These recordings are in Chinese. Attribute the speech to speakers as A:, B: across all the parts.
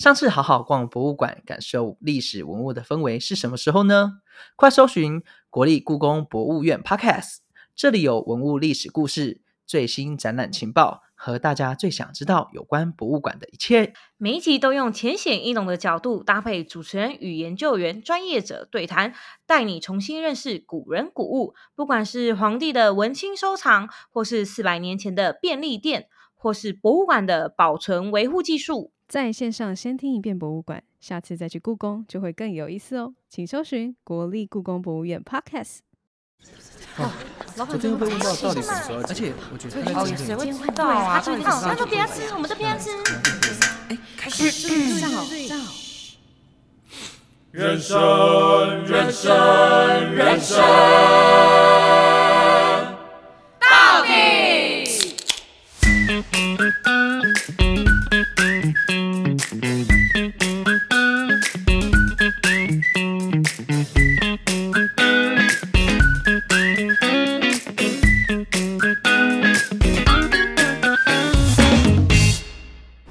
A: 上次好好逛博物馆，感受历史文物的氛围是什么时候呢？快搜寻国立故宫博物院 Podcast，这里有文物历史故事、最新展览情报和大家最想知道有关博物馆的一切。
B: 每一集都用浅显易懂的角度，搭配主持人与研究员、专业者对谈，带你重新认识古人古物。不管是皇帝的文青收藏，或是四百年前的便利店，或是博物馆的保存维护技术，
C: 在线上先听一遍博物馆，下次再去故宫就会更有意思哦。请搜寻国立故宫博物院 Podcast。
B: 老板
D: 昨天
B: 怎么
D: 又被
B: 这
D: 问
B: 么
D: 到
B: 开
D: 到底
B: 心
D: 什么
B: 啊
D: 时候要
A: 而
D: 结
A: 且
D: 婚，
A: 我觉得
B: 哦，
A: 今
B: 谁
A: 天
B: 会知道啊？
E: 他就知
B: 到底是
E: 道
B: 谁
E: 他就不要吃
B: 我们都不要吃。
F: 人生，人生，人生。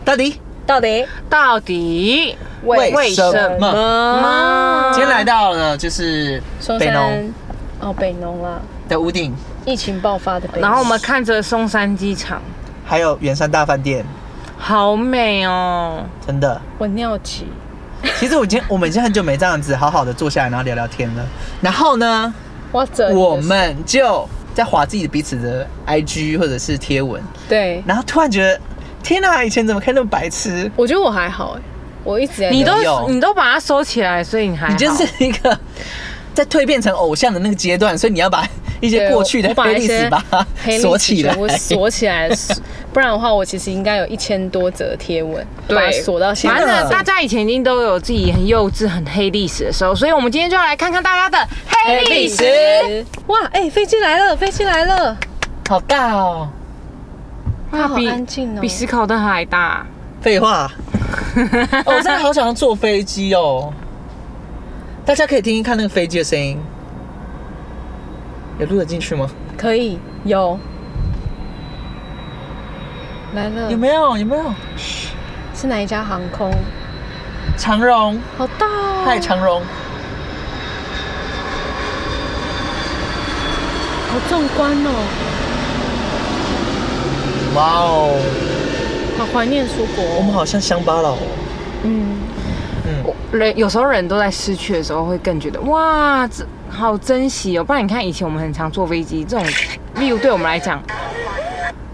A: 到底
E: 到底
D: 到底呃
A: 为什么？
D: 么？
A: 今天来到了就是
G: 啊松
A: 北
G: 山
A: 农
G: 哦，北农啦，
A: 的屋顶，
G: 疫情爆发的北农。
D: 然后我们看着松山机场，
A: 还有圆山大饭店，
D: 好美哦。
A: 真的。
G: 我尿急，
A: 其实我已经我们已经很久没这样子好好的坐下来，然后聊聊天了。然后呢，
G: 我整
A: 我们就在划自己的彼此的 IG 或者是贴文，
G: 对，
A: 然后突然觉得，天哪、以前怎么可以那么白痴？
G: 我觉得我还好哎，我一直在
D: 你
A: 没有
D: 都你都把它收起来，所以你还好
A: 你就是一个在蜕变成偶像的那个阶段，所以你要把一些
G: 对
A: 过去的
G: 我把
A: 黑历
G: 一些
A: 史把它
G: 黑历史
A: 锁起来
G: 全。部锁起来，不然的话，我其实应该有一千多则贴文，把它
D: 对
G: 锁到现
D: 反
G: 在
D: 正。大家以前一定都有自己很幼稚、很黑历史的时候，所以我们今天就要来看看大家的黑历史。
G: 哇，哎、飞机来了，飞机来了，
A: 好大哦！
G: 它好
D: 比
G: 安静哦
D: 比。思考的还大。
A: 废 话，哦我真的好想要坐飞机哦！大家可以听听看那个飞机的声音，有录得进去吗？
G: 可以有来了
A: 有，没有？有没有？
G: 是哪一家航空？
A: 长荣，
G: 好大哦！
A: 嗨，长荣，
G: 好壮观哦，
A: 哇哦，
G: 好怀念出国哦。
A: 我们好像乡巴佬哦。
G: 嗯，
A: 嗯，
D: 人有时候人都在失去的时候，会更觉得哇，这好珍惜哦。不然你看，以前我们很常坐飞机，这种 view 对我们来讲，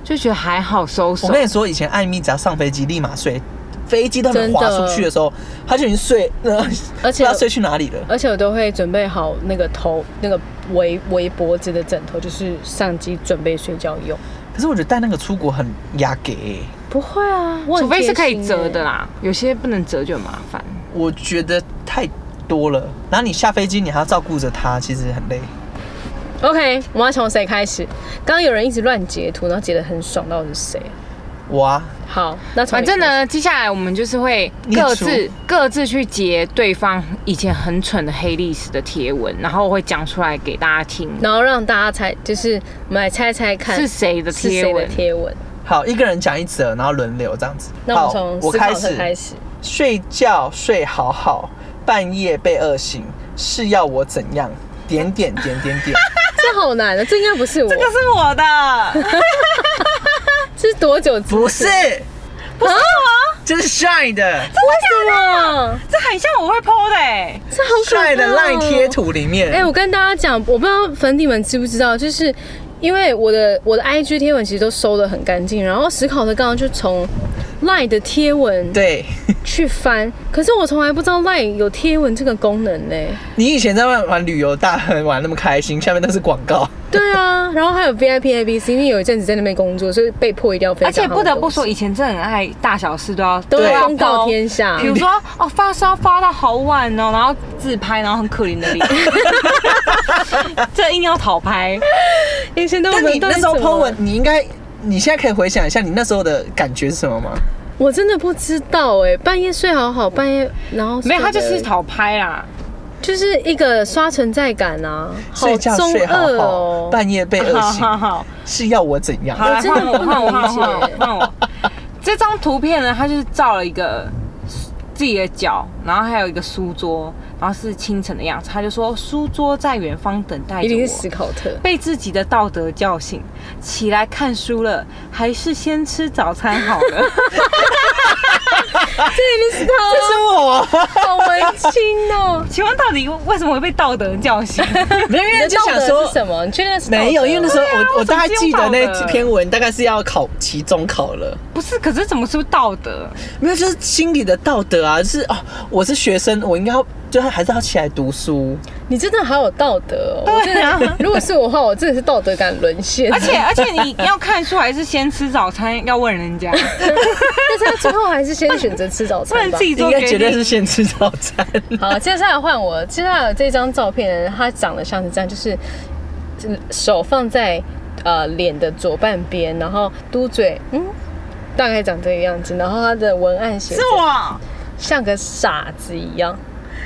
D: 就觉得还好收手
A: 我。跟你说，以前艾米只要上飞机立马睡，飞机都还没
G: 真的
A: 滑出去的时候，他就已经睡， 呃
G: 而且
A: 不知道睡去哪里了。
G: 而且我都会准备好那个头、那个围围脖子的枕头，就是上机准备睡觉用。
A: 可是我觉得带那个出国很压给、欸
G: 不会啊，我
D: 除
G: 很
D: 非是
G: 贴心
D: 可以折的
G: 欸。
D: 啦，有些不能折就很麻烦。
A: 我觉得太多了。然后你下飞机，你还要照顾着他，其实很累。
G: OK，我们要从谁开始？刚刚有人一直乱截图，然后截得很爽，到底是谁啊？
A: 我啊，
G: 好，那从
D: 反
G: 你
D: 正
G: 开始，
D: 呢，接下来我们就是会
A: 念
D: 各
A: 书
D: 自各自去截对方以前很蠢的黑历史的贴文，然后我会讲出来给大家听，
G: 然后让大家猜，就是我们来猜猜看
D: 是谁的
G: 是
D: 贴
G: 谁的
D: 文。
G: 贴文。
A: 好，一个人讲一则，然后轮流这样子。
G: 那
A: 好，
G: 我们
A: 我
G: 从思
A: 开
G: 考课开
A: 始。
G: 始。
A: 睡觉睡好好，半夜被恶醒，是要我怎样？点点点点 点。
G: 这好难啊，这应该不是我，这
D: 这是我的，
G: 是多久之前？
A: 不是，啊
G: 啊
A: 不是我，这是 Shine 的
G: 为什么？
D: 这很像我会 PO 的哎、
G: 这好可怕
A: ，Shine 的
G: 哦
A: 烂贴图里面。
G: 哎、我跟大家讲，我不知道粉底们知不知道，就是因为我的我的 IG 贴文其实都收的很干净，然后思考的刚刚就从 Line 的贴文
A: 对
G: 去翻，可是我从来不知道 Line 有贴文这个功能呢、
A: 你以前在玩玩旅游大亨玩那么开心，下面都是广 告。
G: 对啊，然后还有 VIP ABC，因为有一阵子在那边工作，所以被迫一定要分
D: 而且
G: 享他
D: 不
G: 们的东
D: 得
G: 西。
D: 不说，以前真的很爱大小事都要
G: 都
A: 对
G: 要
D: 要
G: 公
D: PO
G: 告天下
D: 比。如说哦，发烧发到好晚哦，然后自拍，然后很可怜的 脸，这硬要讨拍，
G: 以前都
A: 但你
G: 们到
A: 那
G: 底
A: 时候
G: 怎么
A: Po 文，，你应该，你现在可以回想一下你那时候的感觉是什么吗？
G: 我真的不知道哎、半夜睡好好，半夜然后
D: 没有，他就是
G: 睡得
D: 讨拍啦。
G: 就是一个刷存在感啊，好
A: 睡觉
G: 中
A: 睡好
G: 二
A: 好，
G: 哦。
A: 半夜被恶
D: 好
A: 醒
D: 好好，
A: 是要我怎样？
D: 好来
G: 真的
D: 换我
G: 不能
D: 换我
G: 理
D: 换
G: 解
D: 我换我。这张图片呢，它就是照了一个自己的脚，然后还有一个书桌，然后是清晨的样子。他就说书桌在远方等待
G: 一
D: 着
G: 定
D: 我
G: 是。史考特。
D: 被自己的道德叫醒，起来看书了，还是先吃早餐好了。
H: 这是我，
G: 好文青 哦！
D: 请问到底为什么会被道德叫醒？
A: 没有，因
G: 你
A: 为
G: 的
A: 就
G: 道
A: 想
G: 德是
A: 说
G: 什么？你哎确定那是道德
A: 没有，因为那时候我我
D: 怎么
A: 大概记得
D: 知道
A: 那
D: 的
A: 篇文大概是要考期中考了，
D: 不是，可是怎么是道 德？
A: 没有，就是心里的道德啊，就是哦，我是学生，我应该要就是还是要起来读书。
G: 你真的好有道德哦！我真的，如果是我的话，我真的是道德感沦 陷。
D: 而且而且你要看书还是先吃早餐？要问人 家，
G: 但是他最后还是先选择吃早
D: 不
G: 餐
D: 能
G: 吧
D: 自。己
A: 应
D: 做
A: 该
D: 决
A: 绝对是
D: 定。
A: 先吃早餐。
G: 好，接下来换我。接下来有这张照片，它长得像是这样，就是嗯手放在呃脸的左半边，然后嘟嘴，嗯，大概长这个样子。然后它的文案写着
D: 是我
G: 像个傻子一样。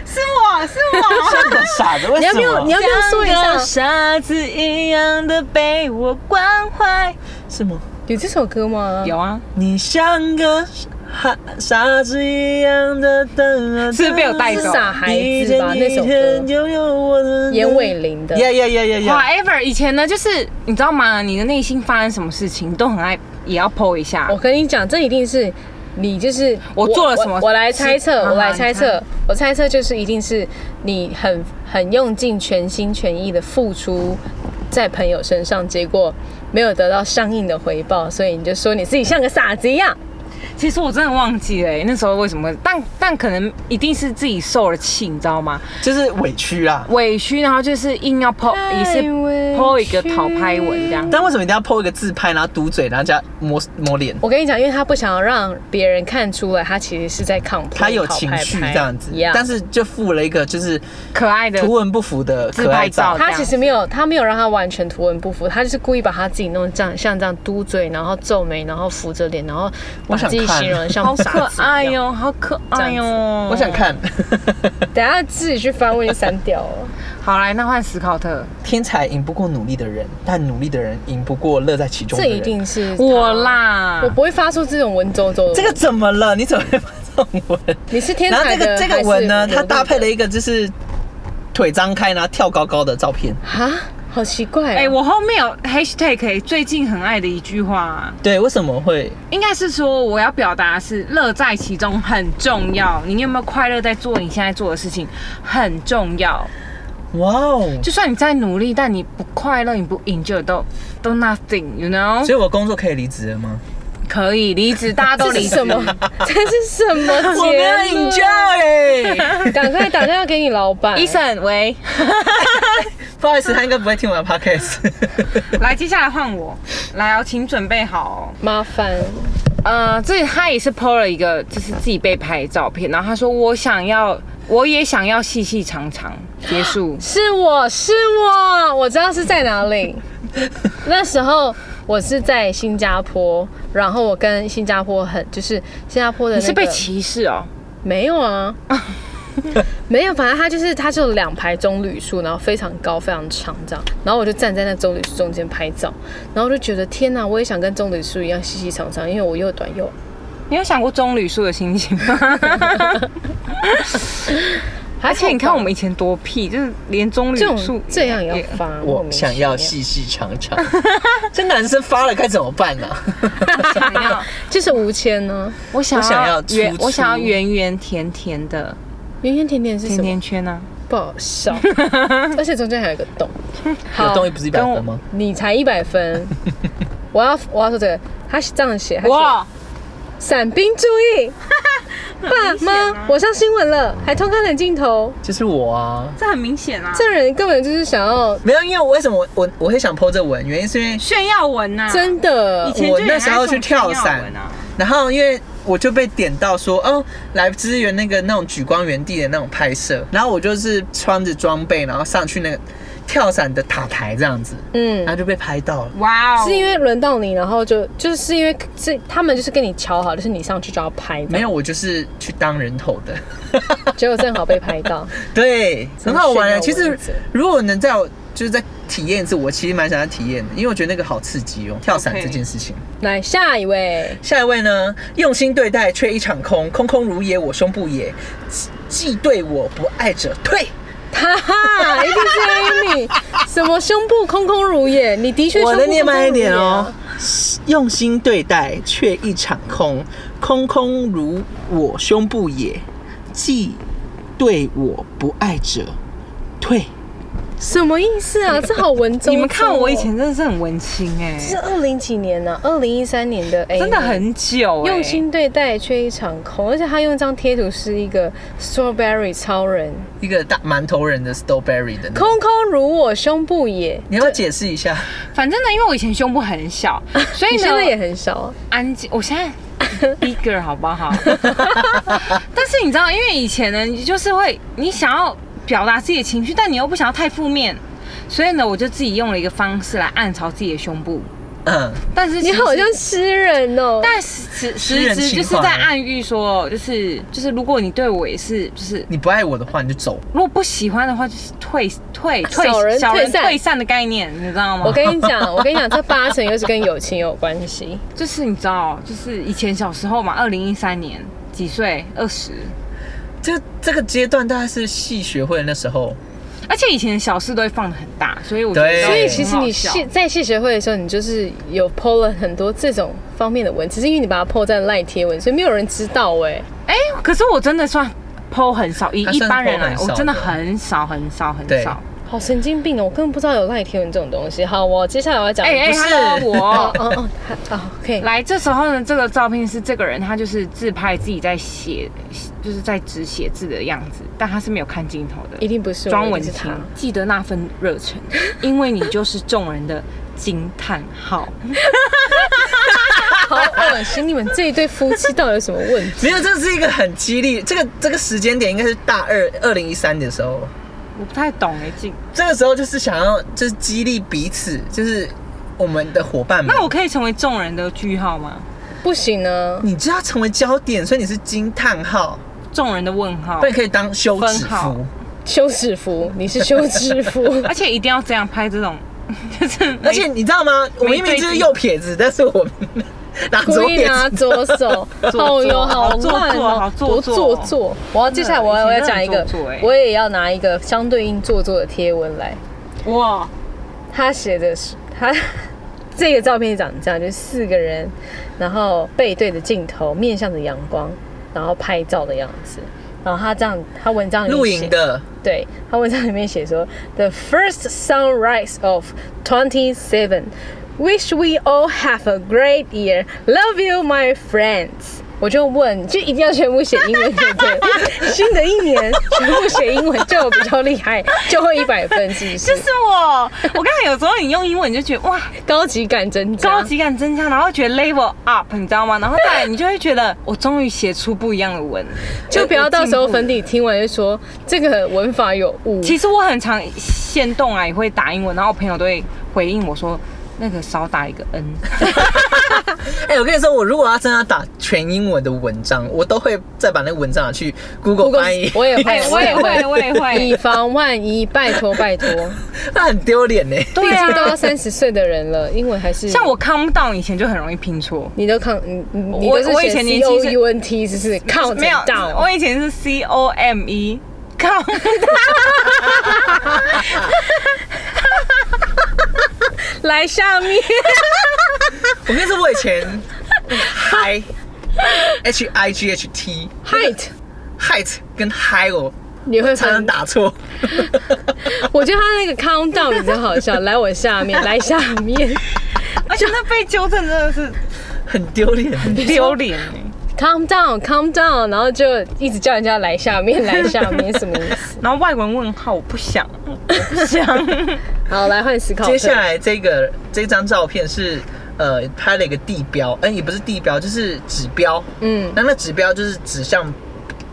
D: 是我是 我，
A: 像个傻子，为
G: 你要
A: 什
G: 不要？你
A: 么？
G: 要不要说一下
D: 像个傻子一样的被我关怀。
A: 什么？
G: 有这首歌吗？
D: 有啊，
A: 你像个傻傻子一样的等啊等，
D: 是不是被我带走
G: 是傻孩子吧
A: 一天
G: 那首歌
A: 一天拥有我的
G: 严伟玲的。
A: 呀呀呀呀呀！
D: However，以前呢，就是你知道吗？你的内心发生什么事情，你都很爱，也要 PO 一下
G: 我。跟你讲，这一定是你就是
D: 我做了什么
G: 我我来猜测，
D: 是
G: 我来猜
D: 啊
G: 测，我猜测就是一定是你很很用尽全心全意的付出在朋友身上，结果没有得到相应的回报，所以你就说你自己像个傻子一样。
D: 其实我真的忘记了、欸那时候为什么，但但可能一定是自己受了气，你知道吗？
A: 就是委屈啊。
D: 委屈，然后就是硬要 PO，也
G: 哎
D: 是 PO 一个讨拍文这样。
A: 但为什么一定要 PO 一个自拍，然后嘟嘴，然后加摸摸脸？
G: 我跟你讲，因为他不想要让别人看出来，他其实是在 complain，
A: 他有情绪这样子，但
G: 是
A: 是就附了一个就是
D: 可爱的
A: 图文不符的可爱照
D: 自拍照。
G: 他其实没有，他没有让他完全图文不符，他就是故意把他自己弄得这样，像这样嘟嘴，然后皱眉，然后扶着脸，然后把
A: 我想
G: 自己形容得像
D: 好
G: 傻
D: 可
G: 子
D: 爱
G: 一样。
A: 哦
D: 哟、哎好可爱哦哟、
G: 啊这
A: 我想。看
G: 等下自己去翻，我已经删掉了。
D: 好来，那换史考特，
A: 天才赢不过努力的人，但努力的人赢不过乐在其中
G: 这
A: 的人。
G: 一定是他
D: 我，啦
G: 我。不会发出这种文绉绉的文。
A: 这个怎么了？你怎么会发这种文？
G: 你是天
A: 然后
G: 才
A: 这
G: 的
A: 个这个文呢，它搭配
G: 了
A: 了一个就是腿张开然后跳高高的照片。
G: 啊，好奇怪、哦。
D: 哎、我后面有 hashtag 欸最近很爱的一句话、
A: 对，为什么会？
D: 应该是说我要表达的是乐在其中很重要，你有没有快乐在做你现在做的事情很重要。
A: 哇哦！
D: 就算你再努力，但你不快乐，你不 enjoy 都都 nothing，you know？
A: 所以我工作可以离职了吗？
D: 可以离职，大家都
G: 这
D: 离
G: 是
D: 职
G: 什么？这是什 么结论？啊
A: enjoy。
G: 赶快打电话给你老 板。
D: 医生，喂，
A: 不好意思，他应该不会听我的 podcast。
D: 来，接下来换我，来哦，请准备好、
G: 麻烦。。
D: 哦。呃，这他也是 PO 了一个，就是自己被拍的照片，然后他说我想要，我也想要细细长长。结束
G: 是我是我，我知道是在哪里。那时候我是在新加坡，然后我跟新加坡很就是新加坡的、
D: 你
G: 那个
D: 是被歧视哦？
G: 没 有啊，没有，反正它就是它就有两排棕榈树，然后非常高非常长这样，然后我就站在那棕榈树中间拍照，然后我就觉得天哪，我也想跟棕榈树一样细细长长，因为我又短又矮
D: 你有想过棕榈树的心情吗？
G: 还
D: 而且你看
G: 好吧
D: 我们以前多屁，就是连棕
G: 这
D: 榈树
G: 种这样也要发，莫
A: 我
G: 名
A: 想
G: 其
A: 要
G: 妙
A: 细细长长， 这男生发了该怎么办呢、啊
D: 想要，
G: 就是吴谦呢，
D: 我想
A: 我想
D: 要
A: 要粗
D: 圆，我
A: 粗
D: 想要圆圆甜甜的
G: 圆圆甜甜是
D: 甜
G: 什么？
D: 甜圈啊。
G: 不 好笑，而且中间还有一个洞。
A: 有
G: 好，
A: 东西不是一百分吗？
G: 你才一百 分。我要我要说这个，他是这样写，他写
D: 哇，
G: 伞兵注 意，爸
A: 啊
G: 妈，我上新闻了，还偷看了镜头。
A: 就是我啊，
D: 这很明显啊，
G: 这人根本就是想要
A: 没有，因为我为什么我我我会想 PO 这文，原因是因为
D: 炫耀文呐、
G: 真的
D: 以，前
A: 我
D: 就有人
A: 那时候去跳
D: 爱送炫耀
A: 伞
D: 文啊，
A: 然后因为我就被点到说，哦，来支援那个那种举光原地的那种拍摄，然后我就是穿着装备，然后上去那个跳伞的塔台这样子，
G: 嗯
A: 然后，就被拍到了。
D: 哇哦，
G: 是因为轮到你，然后就就是因为是他们就是跟你瞧好，就是你上去就要拍，
A: 没有，，我就是去当人头的，
G: 结果正好被拍到。
A: 对，很好玩
G: 炫
A: 啊。
G: 耀
A: 其
G: 文
A: 实
G: 字
A: 如果能在我就是在体验一次，我其实蛮想要体验的，因为我觉得那个好刺激哦，跳伞
D: OK
A: 这件事情。
G: 来下一位，
A: 下一位呢，用心对待却一场空，空空如也我胸部也，既既对我不爱者退。
G: 哈
A: 啊
G: 哈，一定是 Amy，什么胸部空空如也，你的确
A: 我
G: 胸部
A: 的念
G: 空空
A: 慢一
G: 如也
A: 点
G: 啊
A: 哦。，用心对待却一场空，空空如我胸部也，既对我不爱者退。
G: 什么意思啊？这好文绉绉哦
D: 你们看我以前真的是很文青哎、
G: 这是二零几年呢、啊，二零一三年的 Amy，
D: 真的很久、欸，
G: 用心对待，却一场空。而且他用一张贴图是一个 strawberry 超人，
A: 一个大馒头人的 strawberry 的那种，
G: 空空如我胸部也，
A: 你要不要解释一下？
D: 反正呢，因为我以前胸部很 小，所以
G: 你
D: 呢，
G: 现在也很少啊，
D: 安静。我现在 bigger 好不好？ 但是你知道，因为以前呢，你就是会你想要表达自己的情绪，但你又不想要太负面，所以呢，我就自己用了一个方式来暗嘲自己的胸部。
A: 嗯，
D: 但是其
G: 你
D: 实
G: 好像诗人哦。
D: 但实
A: 诗
D: 实
A: 人
D: 质
A: 情
D: 就是
A: 怀
D: 在暗喻说，就是就是，如果你对我也是，就是
A: 你不爱我的话你就走。
D: 如果不喜欢的话，就是退退退
G: 小啊人
D: 小
G: 退
D: 人
G: 散
D: 退散的概念，你知道吗？
G: 我跟你讲， 我跟你讲，这八成又是跟友情有关系。
D: 就是你知道，就是以前小时候嘛，二零一三年几岁？二十。
A: 这这个阶段大概是戏学会的那时候，
D: 而且以前的小事都会放的很大，所以我觉
A: 对
D: 得
G: 所以
A: 哎
G: 其实你系
D: 是
G: 在系学会的时候，你就是有 PO 了很多这种方面的文，只是因为你把它 PO 在赖贴文，所以没有人知道哎、
D: 哎，可是我真的算 PO 很少，以
A: 他
D: 一
A: 算是
D: 般人
A: po
D: 来
A: 很，少
D: 我
A: 的
D: 啊真的很少很少很
A: 对
D: 少。
G: 好神经病哦！我根本不知道有赖贴文这种东西。好，我接下来我要讲，
D: 哎哎
G: 不是
D: ，Hello，我
G: 哦哦哦，他哦，可以。
D: 来这时候呢，这个照片是这个人，他就是自拍自己在写，就是在只写字的样子，但他是没有看镜头
G: 一
D: 的，
G: 定不是我
D: 装文
G: 一定是
D: 青
G: 他。
D: 记得那份热 忱，因为你就是众人的惊叹号。
G: 好恶心！你们这一对夫妻到底有什么问 题？
A: 没有，这是一个很激励。这个这个时间点应该是大二二零一三的时候，
D: 我不太懂哎，这
A: 这个时候就是想要就是激励彼此，就是我们的伙伴们。
D: 那我可以成为众人的句号吗？
G: 不行啊呢，
A: 你就要成为焦点，所以你是惊叹号，
D: 众人的问号
A: 不，然你可以当休止
D: 分号
A: 符。
G: 休止符，你是休止 符。
D: 而且一定要这样拍这种， 就是
A: 而且你知道吗？我明明就是右撇子，但是我拿
G: 故
A: 左
G: 意
A: 撇
G: 拿
A: 子。
G: 左 手，好哟，好慢哦
D: 好，做作好做作
G: 多做作。我要接下来我要我要讲一
D: 真的很
G: 个
D: 做作欸，
G: 我也要拿一个相对应做作的贴文来。
D: 哇，
G: 他写的是他 这个照片长这样，就是四个人，然后背对着镜头，面向着阳光，然后拍照的样子。然后他这样，他文章里面
A: 露
G: 写
A: 营的，
G: 对，他文章里面写说，The first sunrise of twenty seven. Wish we all have a great year. Love you, my friends. 我就问，就一定要全部写英文，对不对？新的一年全部写英文，就有比较厉害，就会一百分，是不是？
D: 就是我，我刚才有时候你用英文你就觉得哇，
G: 高级感增加。
D: 高级感增加，然后觉得 level up，你知道吗？然后再来你就会觉得我终于写出不一样的文。
G: 就不要到时候
D: 有进步
G: 粉底听完就说这个文法有误。
D: 其实我很常现动啊，也会打英文，然后我朋友都会回应我说。那个少打一个 n，
G: 嗯
A: 哎、我跟你说，我如果要真的打全英文的文章，我都会再把那个文章拿去 Google 翻译，
G: 我也会，我也会，
D: 哎我也会
G: 以防万一，拜托拜托，
A: 那很丢脸呢。
G: 毕竟都要三十岁的人了，英文还是
D: 啊像我看不到以前就很容易拼错，
G: 你都抗，你你你
D: 我
G: 都是
D: 我以前年轻
G: O
D: 是
G: U N T，只是 count
D: 没有
G: down，，
D: 我以前是 c o m e，靠，
G: 来下面
A: 我跟你说，我以前嗨 h i g h t
G: height，
A: height 跟 high 我
G: 你会
A: 才能
G: 翻。
A: 打错。
G: 我觉得他那个 count down 比较好笑。来我 下面，来下面
D: 而且那被纠正真的是
A: 很丢脸。
D: 丢脸欸
G: ，calm down，calm down，然后就一直叫人家来下面，来下面，什么意思？
D: 然后外文问号我不想，我不 想。
G: 好，来换思考。
A: 接下来这个这张照片是呃拍了一个地标，哎、也不是地标，就是指标。
G: 嗯
A: 那那指标就是指向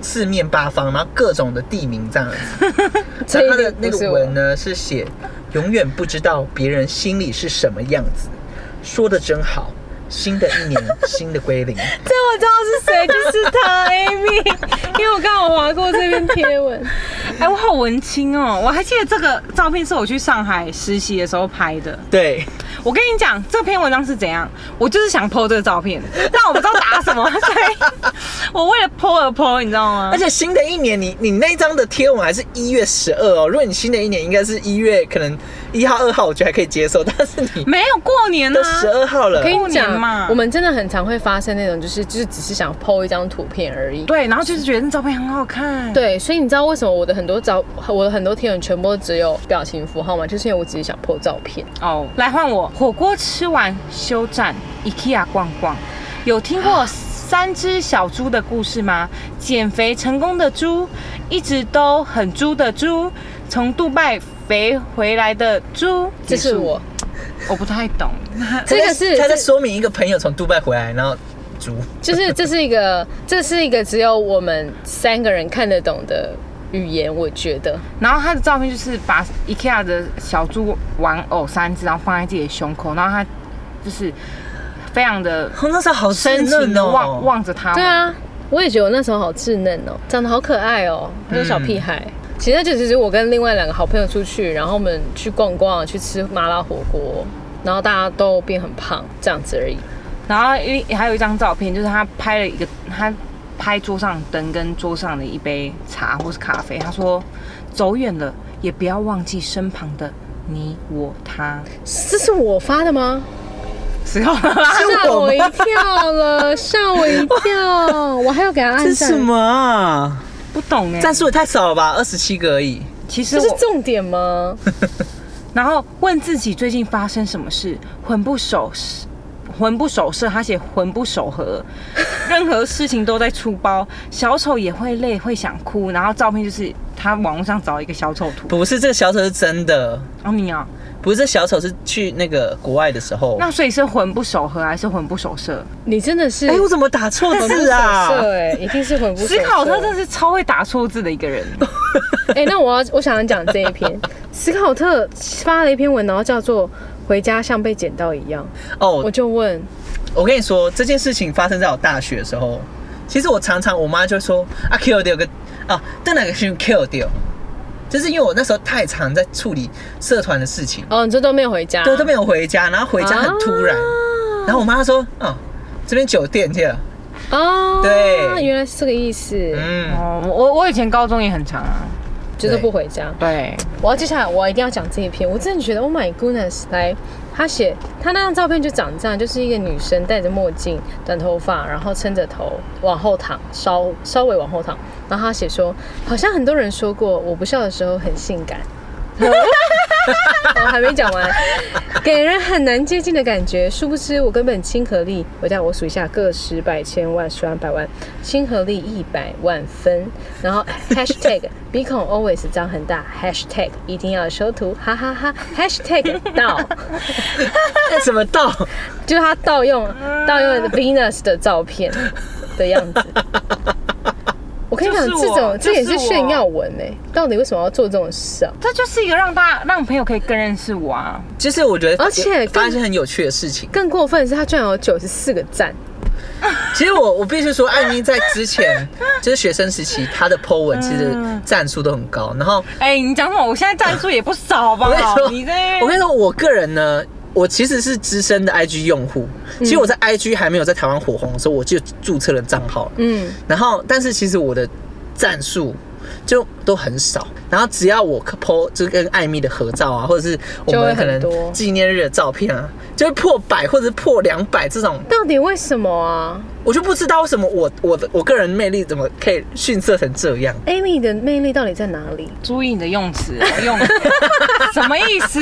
A: 四面八方，然后各种的地名这样 子。
G: 这
A: 那
G: 一
A: 它的
G: 定
A: 那
G: 不是
A: 个
G: 我
A: 文呢是写“永远不知道别人心里是什么样子”，说的真好。新的 一年，新的归零。
G: 这 我知道是谁，就是他 Amy，因为我刚好划过这篇贴文。
D: 哎，我好文青哦！我还记得这个照片是我去上海实习的时候拍的。
A: 对，
D: 我跟你讲，这篇文章是怎样，我就是想 po 这个照片，但我不知道打什么， 所以我为了 po 而 po，你知道吗
A: 而？且新的一年你你那一张的贴文还是一月十二哦，如果你新的一年应该是一月可能一号二号，我觉得还可以接受，但是你
D: 没有过年啊呢、
A: 都十二号了
G: 我，跟
D: 过
G: 你
D: 年
G: 讲
D: 嘛
G: 我们真的很常会发生那种，就是就是只是想 PO 一张图片而已。
D: 对，然后就是觉得那照片很好看。，
G: 对，所以你知道为什么我的很多照，我的很多贴文全部都只有表情符号吗？就是因为我只是想 PO 照片。
D: 哦，来换我，火锅吃完休战，IKEA 逛逛，有听过三只小猪的故事吗？减肥成功的猪，一直都很猪的猪，从杜拜肥回来的猪，
G: 这是我，
D: 我不太懂。
G: 这个是
A: 他在说明一个朋友从杜拜回来，然后煮
G: 就是这是一个，这是一个只有我们三个人看得懂的语言，我觉得。
D: 然后他的照片就是把 IKEA 的小猪玩偶三只，然后放在自己的胸口，然后他就是非常的
A: 哦，那时候好稚
D: 深情
A: 嫩
D: 的
A: 哦，
D: 望望着他。
G: 对，啊，我也觉得我那时候好稚嫩哦，长得好可爱哦，那是小屁孩。
A: 嗯
G: 其实那就只是我跟另外两个好朋友出去，然后我们去逛逛，去吃麻辣火锅，然后大家都变很胖这样子而已。
D: 然后因为还有一张照片，就是他拍了一个他拍桌上灯跟桌上的一杯茶或是咖啡，他说走远了也不要忘记身旁的你我他。
G: 这是我发的吗？
D: 之后
A: 啊
D: 他
G: 吓我一跳了，吓我一跳！我还要给他按
A: 这是什
G: 赞，
A: 么啊？
D: 不懂哎、
A: 赞数也太少了吧，二十七个而已。
D: 其实
G: 这是
D: 我
G: 重点吗？
D: 然后问自己最近发生什么事，魂不守舍，魂不守舍，他写魂不守和， 任何事情都在出包，小丑也会累，会想哭。然后照片就是他网络上找一个小丑图，
A: 不是这个小丑是真的，
D: 哦你啊，
A: 不是这小丑是去那个国外的时候。
D: 那所以是魂不守和还是魂不守舍？
G: 你真的是
A: 哎、我怎么打错字
G: 手
A: 啊？
G: 色哎，一定是魂不守
D: 思
G: 舍
D: 考特真的是超会打错字的一个 人，
G: 哎、那我要我想要讲这一篇，斯考特发了一篇文，然后叫做“回家像被捡到一样”，我
A: 哦，
G: 就问，
A: 我跟你说，这件事情发生在我大学的时候。其实我常常我妈就说啊，kill 掉个啊，但哪个是 kill 掉，就是因为我那时候太常在处理社团的事情，
G: 哦，你这都没有回家，
A: 对，都没有回家，然后回家很突
G: 啊
A: 然，然后我妈说啊，这边酒店去了，
G: 哦，
A: 对
G: 原来是这个意思，
A: 嗯，
D: 哦，我我以前高中也很长啊，
G: 就是不回家。
D: 对，
G: 我要接下来我一定要讲这一篇，我真的觉得 Oh my goodness，来，他写他那张照片就长这样，就是一个女生戴着墨镜、短头发，然后撑着头往后躺，稍稍微往后躺，然后他写说，好像很多人说过，我不笑的时候很性感。 我还没讲完，给人很难接近的感觉。殊不知我根本亲和力，我在我数一下，个十百千万十万百万，亲和力一百万分。然后 hashtag 鼻孔 always 张很大，hashtag 一定要修图，哈哈哈 hashtag 到，
A: 什么到？
G: 就是他盗用盗用 Venus 的照片的样子。我跟你讲，
D: 就是
G: 这
D: 我
G: 种这也
D: 就是是我
G: 炫耀文哎、到底为什么要做这种事啊？
D: 这就是一个让大家让朋友可以更认识我啊，
A: 就是我觉得，
G: 而且更
A: 发现很有趣的事情。
G: 更过分的是，他居然有九十四个赞。
A: 其实我我必须说，艾米在之 前就是学生时期，她的 Po 文其实赞数都很高。然后
D: 哎、你讲什么？我现在战术也不少吧
A: 我 跟你？说，
D: 你在
A: 我跟你说，我个人呢，我其实是资深的 IG 用户。
G: 嗯
A: 其实我在 IG 还没有在台湾火红的时候，我就注册了账号了。
G: 嗯，
A: 然后，但是其实我的战术就都很少。然后只要我 po 就跟艾米的合照啊，或者是我
G: 就会
A: 们可
G: 很
A: 能
G: 多
A: 纪念日的照片啊，就会破百或者是破两百这种，
G: 到底为什么啊
A: 我就不知道为什么我我的我个人魅力怎么可以逊色成这样。
G: ？Amy 的魅力到底在哪里？
D: 注意你的用词，哦 用什么意思？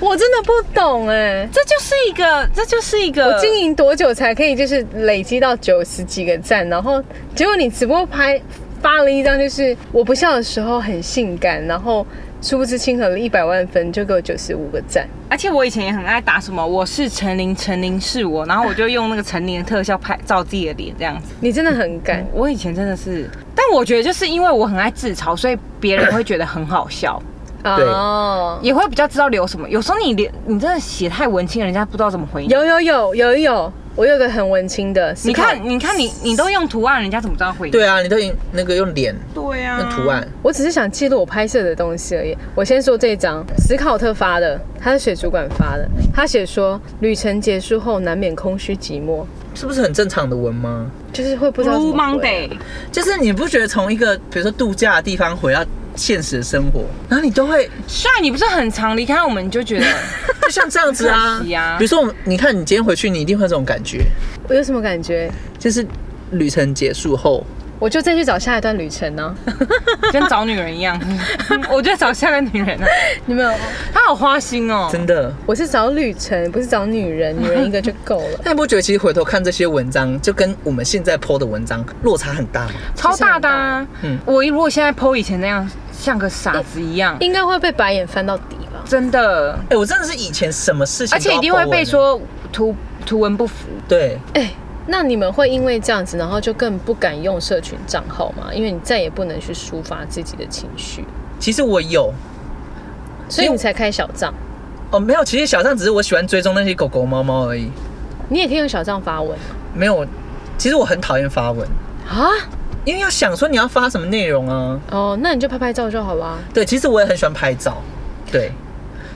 G: 我真的不懂哎、
D: 这就是一个，这就是一
G: 我
D: 个
G: 经营多久才可以就是累积到九十几个赞？然后结果你直播拍发了一张，就是我不笑的时候很性感，然后殊不知亲和力一百万分就给我九十五个赞。
D: 而且我以前也很爱打什么，我是陈琳，陈琳是我，然后我就用那个陈琳的特效拍照自己的脸这样子。
G: 你真的很敢，
D: 我以前真的是，但我觉得就是因为我很爱自嘲，所以别人会觉得很好笑，
A: 对
G: 哦。
D: 也会比较知道留什么。有时候你连你真的写太文青，人家不知道怎么回你。
G: 有有有有有，我有一个很文青的思
D: 你
G: 考，
D: 看，你看你，你都用图案，人家怎么知道回应？
A: 对啊，你都用那个用脸
D: 对啊呀、
A: 用图案，
G: 我只是想记录我拍摄的东西而已。我先说这一张，史考特发的，他是水族馆发的，他写说旅程结束后难免空虚寂寞，
A: 是不是很正常的文吗？
G: 就是会不知道怎
D: ，Blue
G: 么回
D: Monday，
A: 就是你不觉得从一个比如说度假的地方回到现实的生活，然后你都会
D: 帅，你不是很常离开我们，你就觉得
A: 就像这样子啊
D: 很可惜啊，
A: 比如说我们，你看你今天回去，你一定会有这种感觉，
G: 我有什么感觉？
A: 就是旅程结束后，
G: 我就再去找下一段旅程啊呢、
D: 跟找女人一 样。嗯我就在找下个女人呢、啊
G: 你们有，
D: 她好花心哦。
A: 真的，。
G: 我是找旅程，不是找女人，女人一个就够了
A: 那你不觉得其实回头看这些文章，就跟我们现在 PO 的文章落差很大吗？
D: 超大嗯的、啊。
A: 嗯
D: 我如果现在剖以前那样，像个傻子一样，
G: 应该会被白眼翻到底吧？
D: 真的，
A: 哎、我真的是以前什么事情，
D: 而且一定会被，说图图文不符。
A: 对，
G: 哎、那你们会因为这样子，然后就更不敢用社群账号吗？因为你再也不能去抒发自己的情绪，
A: 其实我有。
G: 所以你才开小账。
A: 哦，没有，其实小账只是我喜欢追踪那些狗狗、猫猫而已。
G: 你也可以用小账发文
A: 没有，其实我很讨厌发文，
G: 啊。
A: 因为要想说你要发什么内容啊。
G: 哦，那你就拍拍照就好啊啦。
A: 对，其实我也很喜欢拍照，对。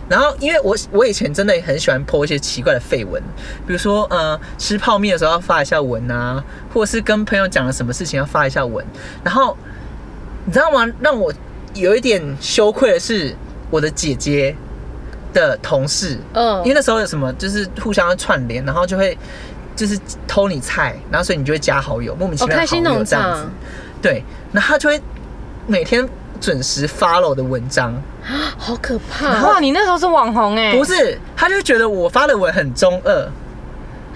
A: 然后，因为我我以前真的很喜欢 po 一些奇怪的绯闻，比如说呃，吃泡面的时候要发一下文啊，或者是跟朋友讲了什么事情要发一下文。然后，你知道吗？让我有一点羞愧的是，我的姐姐的同事，
G: 嗯
A: 因为那时候有什么就是互相串联，然后就会就是偷你菜，然后所以你就会加好友，莫名其
G: 哦，
A: 妙的
G: 开
A: 好
G: 心农
A: 友这样子。
G: 场，
A: 对，那他就会每天准时 follow 我的文章，
G: 好可怕！
D: 哇，你那时嗯候是网红哎、
A: 不是，他就觉得我发的文很中二，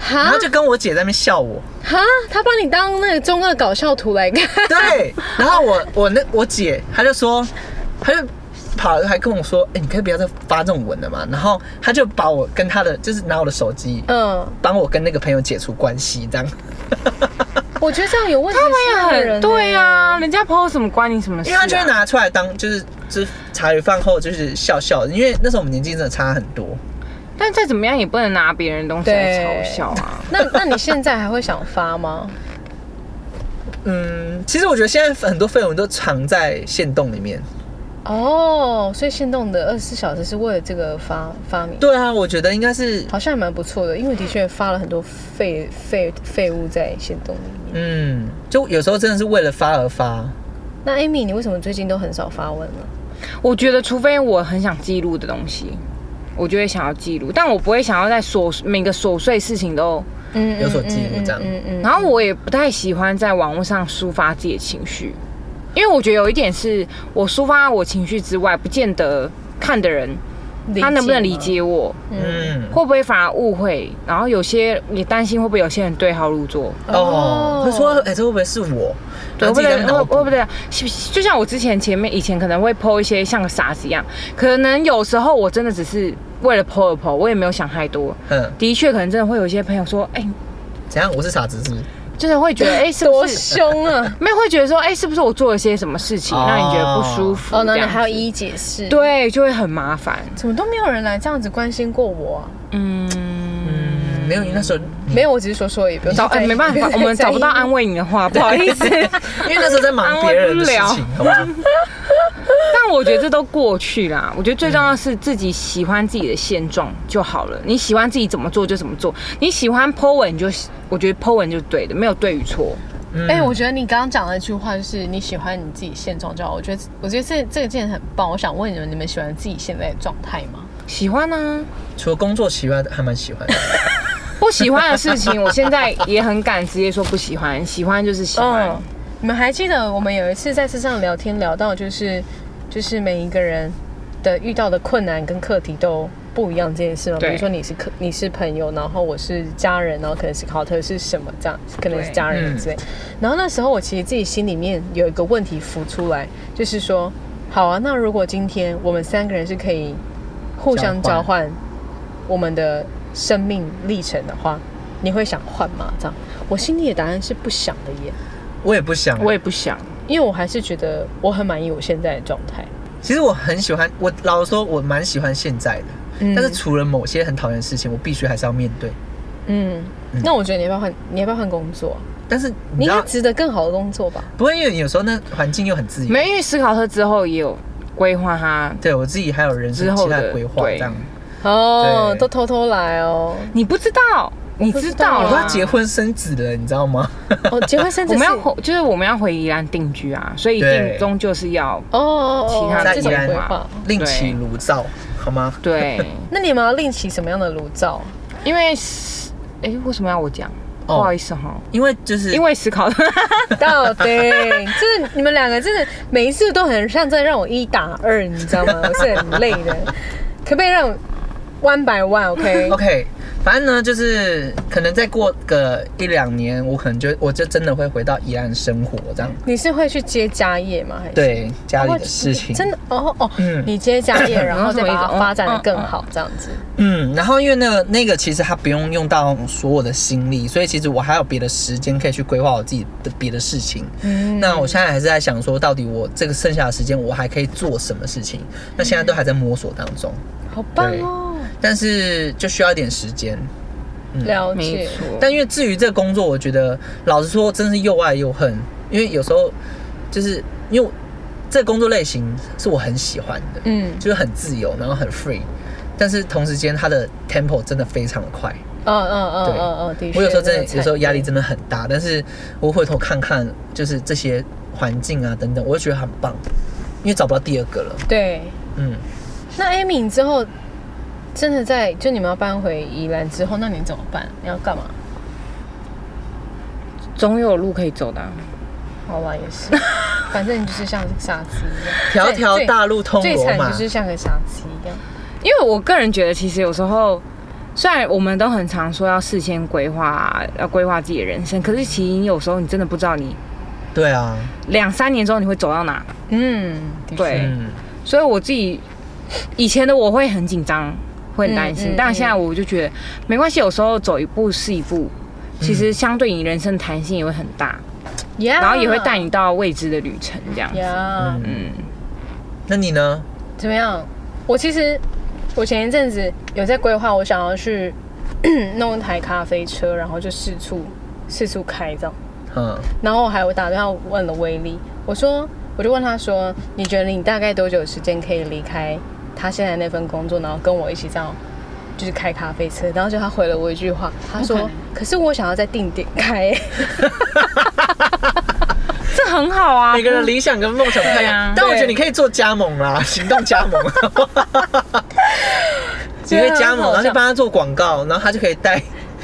A: 然
G: 哈
A: 后就跟我姐在那边笑我，
G: 哈，他把你当那个中二搞笑图 来看，
A: 对，然后我我那我姐她就说，她就跑来还跟我说，哎、你可以不要再发这种文了嘛，然后她就把我跟她的就是拿我的手机，
G: 嗯，
A: 帮我跟那个朋友解除关系，这样，
G: 我觉得这样有问题是
D: 他
G: 那
D: 们
G: 个
D: 也
G: 人欸、
D: 很对啊，人家 PO 什么关你什么 事、
A: 因
D: 啊？
A: 为她就会拿出来当就是就是茶余饭后就是笑笑的，因为那时候我们年纪真的差很多，
D: 但再怎么样也不能拿别人的东西来嘲
G: 对
D: 笑啊。
G: 那那你现在还会想发吗？
A: 嗯，其实我觉得现在很多绯闻都藏在线洞里面。
G: 哦，所以限动的二十四小时是为了这个发发明，
A: 对啊，我觉得应该是，
G: 好像也蛮不错的，因为的确发了很多废废废物在限动里面。
A: 嗯，就有时候真的是为了发而发。
G: 那 Amy，你为什么最近都很少发文了？
D: 我觉得，除非我很想记录的东西，我就会想要记录，但我不会想要在琐每个琐碎事情都。
G: 嗯
A: 有所记录这样
G: 嗯
D: 然后我也不太喜欢在网络上抒发自己的情绪，因为我觉得有一点是我抒发我情绪之外，不见得看的人
G: 嗯
D: 他能不能理？解我，
A: 嗯，
D: 会不会反而误会，然后有些也担心会不会有些人对号入座，
G: 吗
A: 哦，会说，哎、这会不会是我？
D: 对，
A: 然后自
D: 会不
A: 己
D: 会
A: 在那边
D: 会
A: 脑
D: 会
A: 补
D: 不会，是就像我之前前面以前可能会 PO 一些像个傻子一样，可能有时候我真的只是为了 PO 而 PO，我也没有想太多，
A: 嗯，
D: 的确可能真的会有一些朋友说，哎、
A: 怎样？我是傻子是不是？
D: 就是会觉得，哎、是不
G: 多
D: 是？
G: 凶啊！
D: 没有会觉得说，哎、是不是我做了些什么事情
A: 哦
D: 让你觉得 不舒服？
G: 哦，那你
D: 这样子
G: 还要一一解释？，
D: 对，就会很麻烦。
G: 怎么都没有人来这样子关心过我啊？
D: 嗯，
A: 嗯，没有，你那时候，
G: 没有，我只是说说而已，不用
D: 找
G: 太
D: 哎、没 办法，我们找不到安。慰你的话，不好意思。
A: 因为那时候在忙别人的事情，好吧？
D: 但我觉得这都过去啦。我觉得最重要的是自己喜欢自己的现状就好了。你喜欢自己怎么做就怎么做，你喜欢 po 文你就，我觉得 po 文就是对的，没有对与错。
A: 嗯
G: 哎、我觉得你刚刚讲的那句话就是你喜欢你自己现状就好。我觉得，我觉得这这个件很棒。我想问你们，你们喜欢自己现在的状态吗？
D: 喜欢啊，
A: 除了工作以外，还蛮喜欢的。
D: 不喜欢的事情，我现在也很敢直接说不喜欢，喜欢就是喜欢。
G: 嗯，你们还记得我们有一次在车上聊天，聊到就是就是每一个人的遇到的困难跟课题都不一样这件事吗？比
D: 对
G: 如说你是客，你是朋友，然后我是家人，然后可能是考特是什么这样，可能是家人之类。然后那时候我其实自己心里面有一个问题浮出来，就是说，好啊，那如果今天我们三个人是可以互相
A: 交
G: 交
A: 换
G: 换我们的生命历程的话。你会想换吗？这样，我心里的答案是不想的耶。
A: 我也不想，啊
D: 我也不想，
G: 因为我还是觉得我很满意我现在的状态。
A: 其实我很喜欢，我老实说，我蛮喜欢现在的。
G: 嗯
A: 但是除了某些很讨厌的事情，我必须还是要面对。
G: 嗯，那我觉得你要不要换？你要不要换工作啊？
A: 但是你
G: 你应
A: 知
G: 该
A: 道，
G: 值得更好的工作吧？
A: 不过因为有时候那环境又很自由，
D: 没，因为思考特之后也有规划他，
A: 对我自己还有人
D: 之
A: 生
D: 后
A: 其
D: 的
A: 他的规划
D: 对
A: 这样。
G: 哦，
A: 对
G: 都偷偷来哦。
D: 你不知道，你
G: 不知
D: 知道
G: 道
A: 我
D: 啦
A: 都要结婚生子了，你知道吗？
G: 哦，结婚生子
D: 我
G: 是，
D: 们要
G: 哦
D: 回，就是我们要回宜兰定居啊，所以一定
A: 对
D: 终究是要
G: 哦哦，
D: 其他
A: 在
G: 这
A: 宜
G: 种
A: 兰
G: 规
D: 嘛
G: 划。
A: 另起炉灶，好吗？
D: 对，
G: 那你们要另起什么样的炉灶？
D: 因为思，哎、为什么要我讲？
A: 哦
D: 不好意思哈，
A: 因为就是
D: 因为思考特，
G: 到底真的，你们两个真的每一次都很像在让我一打二，你知道吗？我是很累的，可不可以让我 one by one？OK，、
A: OK，反正呢，就是可能再过个一两年，我可能就我就真的会回到宜兰生活这样。
G: 你是会去接家业吗？还是
A: 对家里的事情，
G: 哦真的哦哦，
A: 嗯
G: 你接家业，然后再把它发展的更好，这样子。
A: 嗯，然后因为那个那个其实它不用用到所有的心力，所以其实我还有别的时间可以去规划我自己的别的事情。
G: 嗯
A: 那我现在还是在想说，到底我这个剩下的时间我还可以做什么事情？那现在都还在摸索当中，
G: 好棒哦，
A: 但是就需要一点时间。嗯
G: 了
D: 没
G: 解。
D: 错，
A: 但因为至于这个工作，我觉得老实说，真是又爱又恨，因为有时候就是因为这个工作类型是我很喜欢的，
G: 嗯
A: 就是很自由，然后很 free，但是同时间它的 tempo 真的非常的快。
G: 嗯嗯嗯
A: 对
G: 嗯嗯，的确，
A: 我有时候真
G: 那个
A: 的
G: 菜
A: 有时候压力真的很大，但是我回头看看就是这些环境啊等等，我就觉得很棒，因为找不到第二个了。
G: 对。
A: 嗯，
G: 那 Amy 你之后真的在就你们要搬回宜兰之后，那你怎么办？你要干嘛？
D: 总有路可以走的啊、
G: 好吧，也 是，反正你就是像傻子一样，
A: 条条
G: 最
A: 大路通
G: 最
A: 罗
G: 惨
A: 马
G: 就。是像个傻子一样。
D: 因为我个人觉得，其实有时候虽然我们都很常说要事先规划啊，要规划自己的人生，可是其实你有时候你真的不知道你
A: 对啊，
D: 两三年之后你会走到哪。
G: 嗯，的确
D: 对，
A: 嗯，
D: 所以我自己以前的我会很紧张，会很担心，
G: 嗯嗯
D: 但现在我就觉得没关系，有时候走一步是一步。其实相对你人生弹性也会很大，
G: ，yeah,
D: 然后也会带你到未知的旅程这样。
G: 啊呀。
A: 嗯
D: 嗯，
A: 那你呢？
G: 怎么样？我其实我前一阵子有在规划，我想要去 弄一台咖啡车，然后就四处四处开这样。
A: 嗯，
G: 然后我还有打电话问了威力，我说我就问他说，你觉得你大概多久时间可以离开他现在那份工作，然后跟我一起这样？就是开咖啡车，然后就他回了我一句话，他说：“可是我想要在定点开。
D: 这很好啊
A: 每。个人理想跟梦想不太一
G: 啊
A: 样，但我觉得你可以做加盟啦，行动加 盟。你可以加
G: 啊
A: 盟，然后就帮他做广告，然后他就可以带。”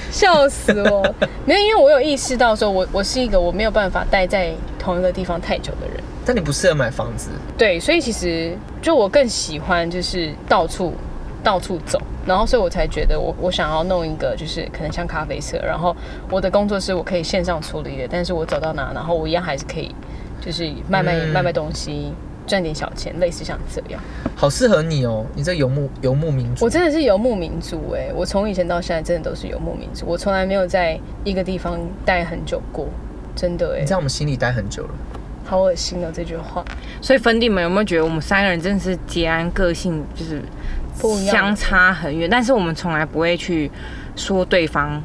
G: 笑死我！没有，因为我有意识到说我我是一个我没有办法待在同一个地方太久的人。
A: 但你不适合买房子，
G: 对，所以其实就我更喜欢就是到处到处走，然后所以我才觉得我我想要弄一个就是可能像咖啡色，然后我的工作是我可以线上处理的，但是我走到哪，然后我一样还是可以就是卖卖、
A: 嗯
G: 卖卖东西。赚点小钱，类似像这样，
A: 好适合你哦，你这游牧游牧民族。
G: 我真的是游牧民族哎、我从以前到现在真的都是游牧民族，我从来没有在一个地方待很久过，真的哎、
A: 你在我们心里待很久了。
G: 好恶心哦这句话，
D: 所以粉底们有没有觉得我们三个人真的是截然个性就是
G: 不一样
D: 相差很远？但是我们从来不会去说对方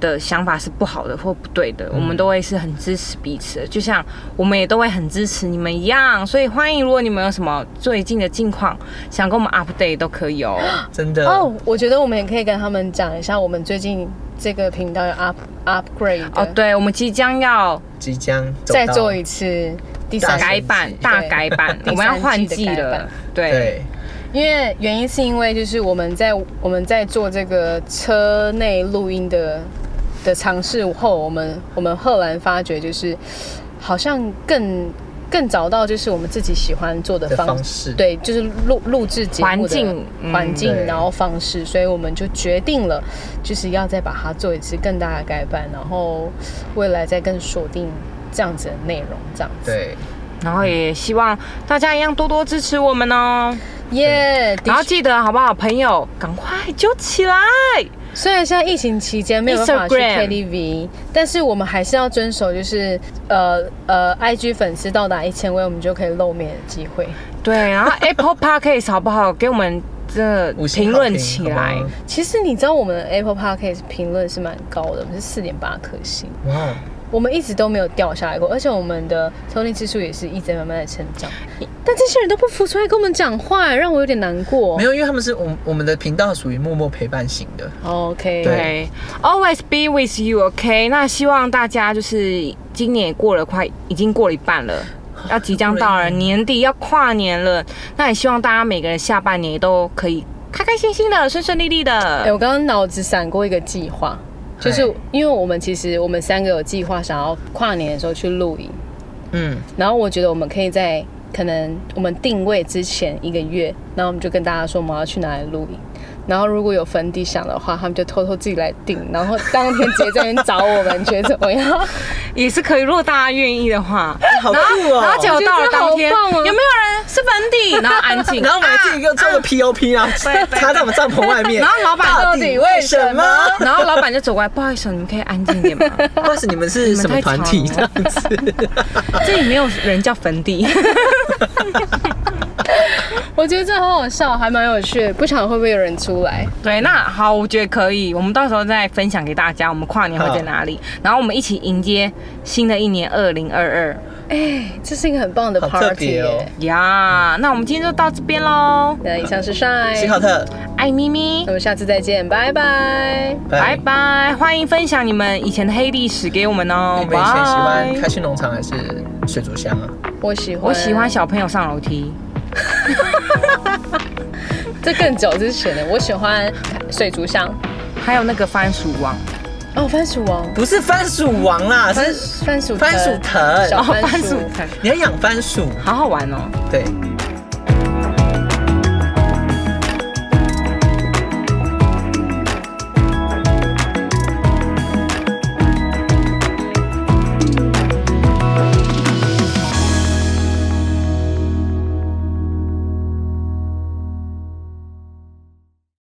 D: 的想法是不好的或不对的，
G: 嗯
D: 我们都会是很支持彼此的，就像我们也都会很支持你们一样。所以欢迎，如果你们有什么最近的近况想跟我们 update 都可 以哦。
A: 真的
G: 哦，我觉得我们也可以跟他们讲一下，我们最近这个频道有 up upgrade
D: 哦，
G: 的
D: 对，我们即将要
A: 即将走
G: 再
A: 到
G: 做一次第三
A: 大
D: 改
G: 季，
D: 版，大改 版，我们要换季
G: 第三季的
D: 了
G: 改版。
D: 对，
A: 对，
G: 因为原因是因为就是我们在我们在做这个车内录音的的尝试后，我们我们赫然发觉就是好像更更找到就是我们自己喜欢做的
A: 的
G: 方
A: 方式。，
G: 对，就是录录制节目
D: 环
G: 的
D: 境嗯
G: 环境，
A: 对
G: 然后方式，所以我们就决定了，就是要再把它做一次更大的改版，然后未来再更锁定这样子的内容，这样子。
A: 对，
D: 然后也希望大家一样多多支持我们哦。
G: 耶！的
D: 然后
G: 确
D: 记得好不好，朋友，赶快揪起来！
G: 虽然现在疫情期间没有办法去
D: Instagram
G: KTV，但是我们还是要遵守，就是呃呃，IG 粉丝到达一千位，我们就可以露面的机会。
D: 对，然后 Apple Podcast 好不好？给我们真的
A: 五星
D: 评
A: 好
D: 论
A: 评
D: 起
A: 好不好
D: 来，
G: 其实你知道我们的 Apple Podcast 评论是蛮高的，我们是四点八颗星，
A: 哇，
G: 我们一直都没有掉下来过，而且我们的收听次数也是一直慢慢的成长。但这些人都不浮出来跟我们讲话，让我有点难过。
A: 没有，因为他们是我们我们的频道属于默默陪伴型的，
G: OK，
A: 对
D: 对，Always be with you。OK，那希望大家就是今年也过了快，已经过了一半了，要即将到了年底，要跨年了。那也希望大家每个人下半年都可以开开心心的，顺顺利利
G: 哎、
D: 的。
G: 我刚刚脑子闪过一个计划，就是
A: 嗨
G: 因为我们其实我们三个有计划想要跨年的时候去露营，
A: 嗯，
G: 然后我觉得我们可以在可能我们定位之前一个月，然后我们就跟大家说我们要去哪里露营。然后如果有粉底想的话，他们就偷偷自己来订，然后当天直接在那边找我们，觉得怎么样？
D: 也是可以，如果大家愿意的话。
A: 好酷
D: 然后，然后结
A: 哦。
D: 果到了当天，
G: 我觉得这好棒
D: 有
G: 哦
D: 没有人是粉底？然后安静，啊
A: 然后我们还自己又做了 POP 啊，插在我们帐篷外面。
D: 然后老板
A: 到
G: 到
A: 底
G: 底
A: 为
G: 为
A: 什
G: 什
A: 么
G: 么？
D: 然后老板就走过来，不好意思，你们可以安静一 点吗？
A: 不好意思，你们是什么团体
D: 你
A: 这样
D: 们
A: 子？
D: 这里没有人叫粉底。
G: 我觉得这好好笑，还蛮有趣的，不晓得会不会有人出来。
D: 对，那好，我觉得可以，我们到时候再分享给大家，我们跨年会在哪里，然后我们一起迎接新的一年二零二二
G: 这是一个很棒的
A: 好特
G: party
A: 别
G: 耶、
A: 哦
D: 呀。那我们今天就到这边喽，
G: 那以上是 Shine，
A: 辛浩特，
D: 爱咪咪
G: 我，们下次再见，拜拜。
D: 拜。拜，欢迎分享你们以前的黑历史给我们哦
A: 你，们以前喜欢
D: 拜
A: 开。心农场还是水族箱啊？
G: 我喜欢，
D: 我喜欢小朋友上楼梯，
G: 这更久之前的，我喜欢水族箱。
D: 还有那个番薯王，
G: 哦，番薯王，
A: 不是番薯王啦，
G: 番
A: 是
G: 番薯
A: 番薯
G: 藤，
A: 藤。
G: 小
D: 哦，
G: 番
D: 番薯
G: 薯，
D: 藤，
A: 你要养番薯，
D: 好好玩哦。
A: 对。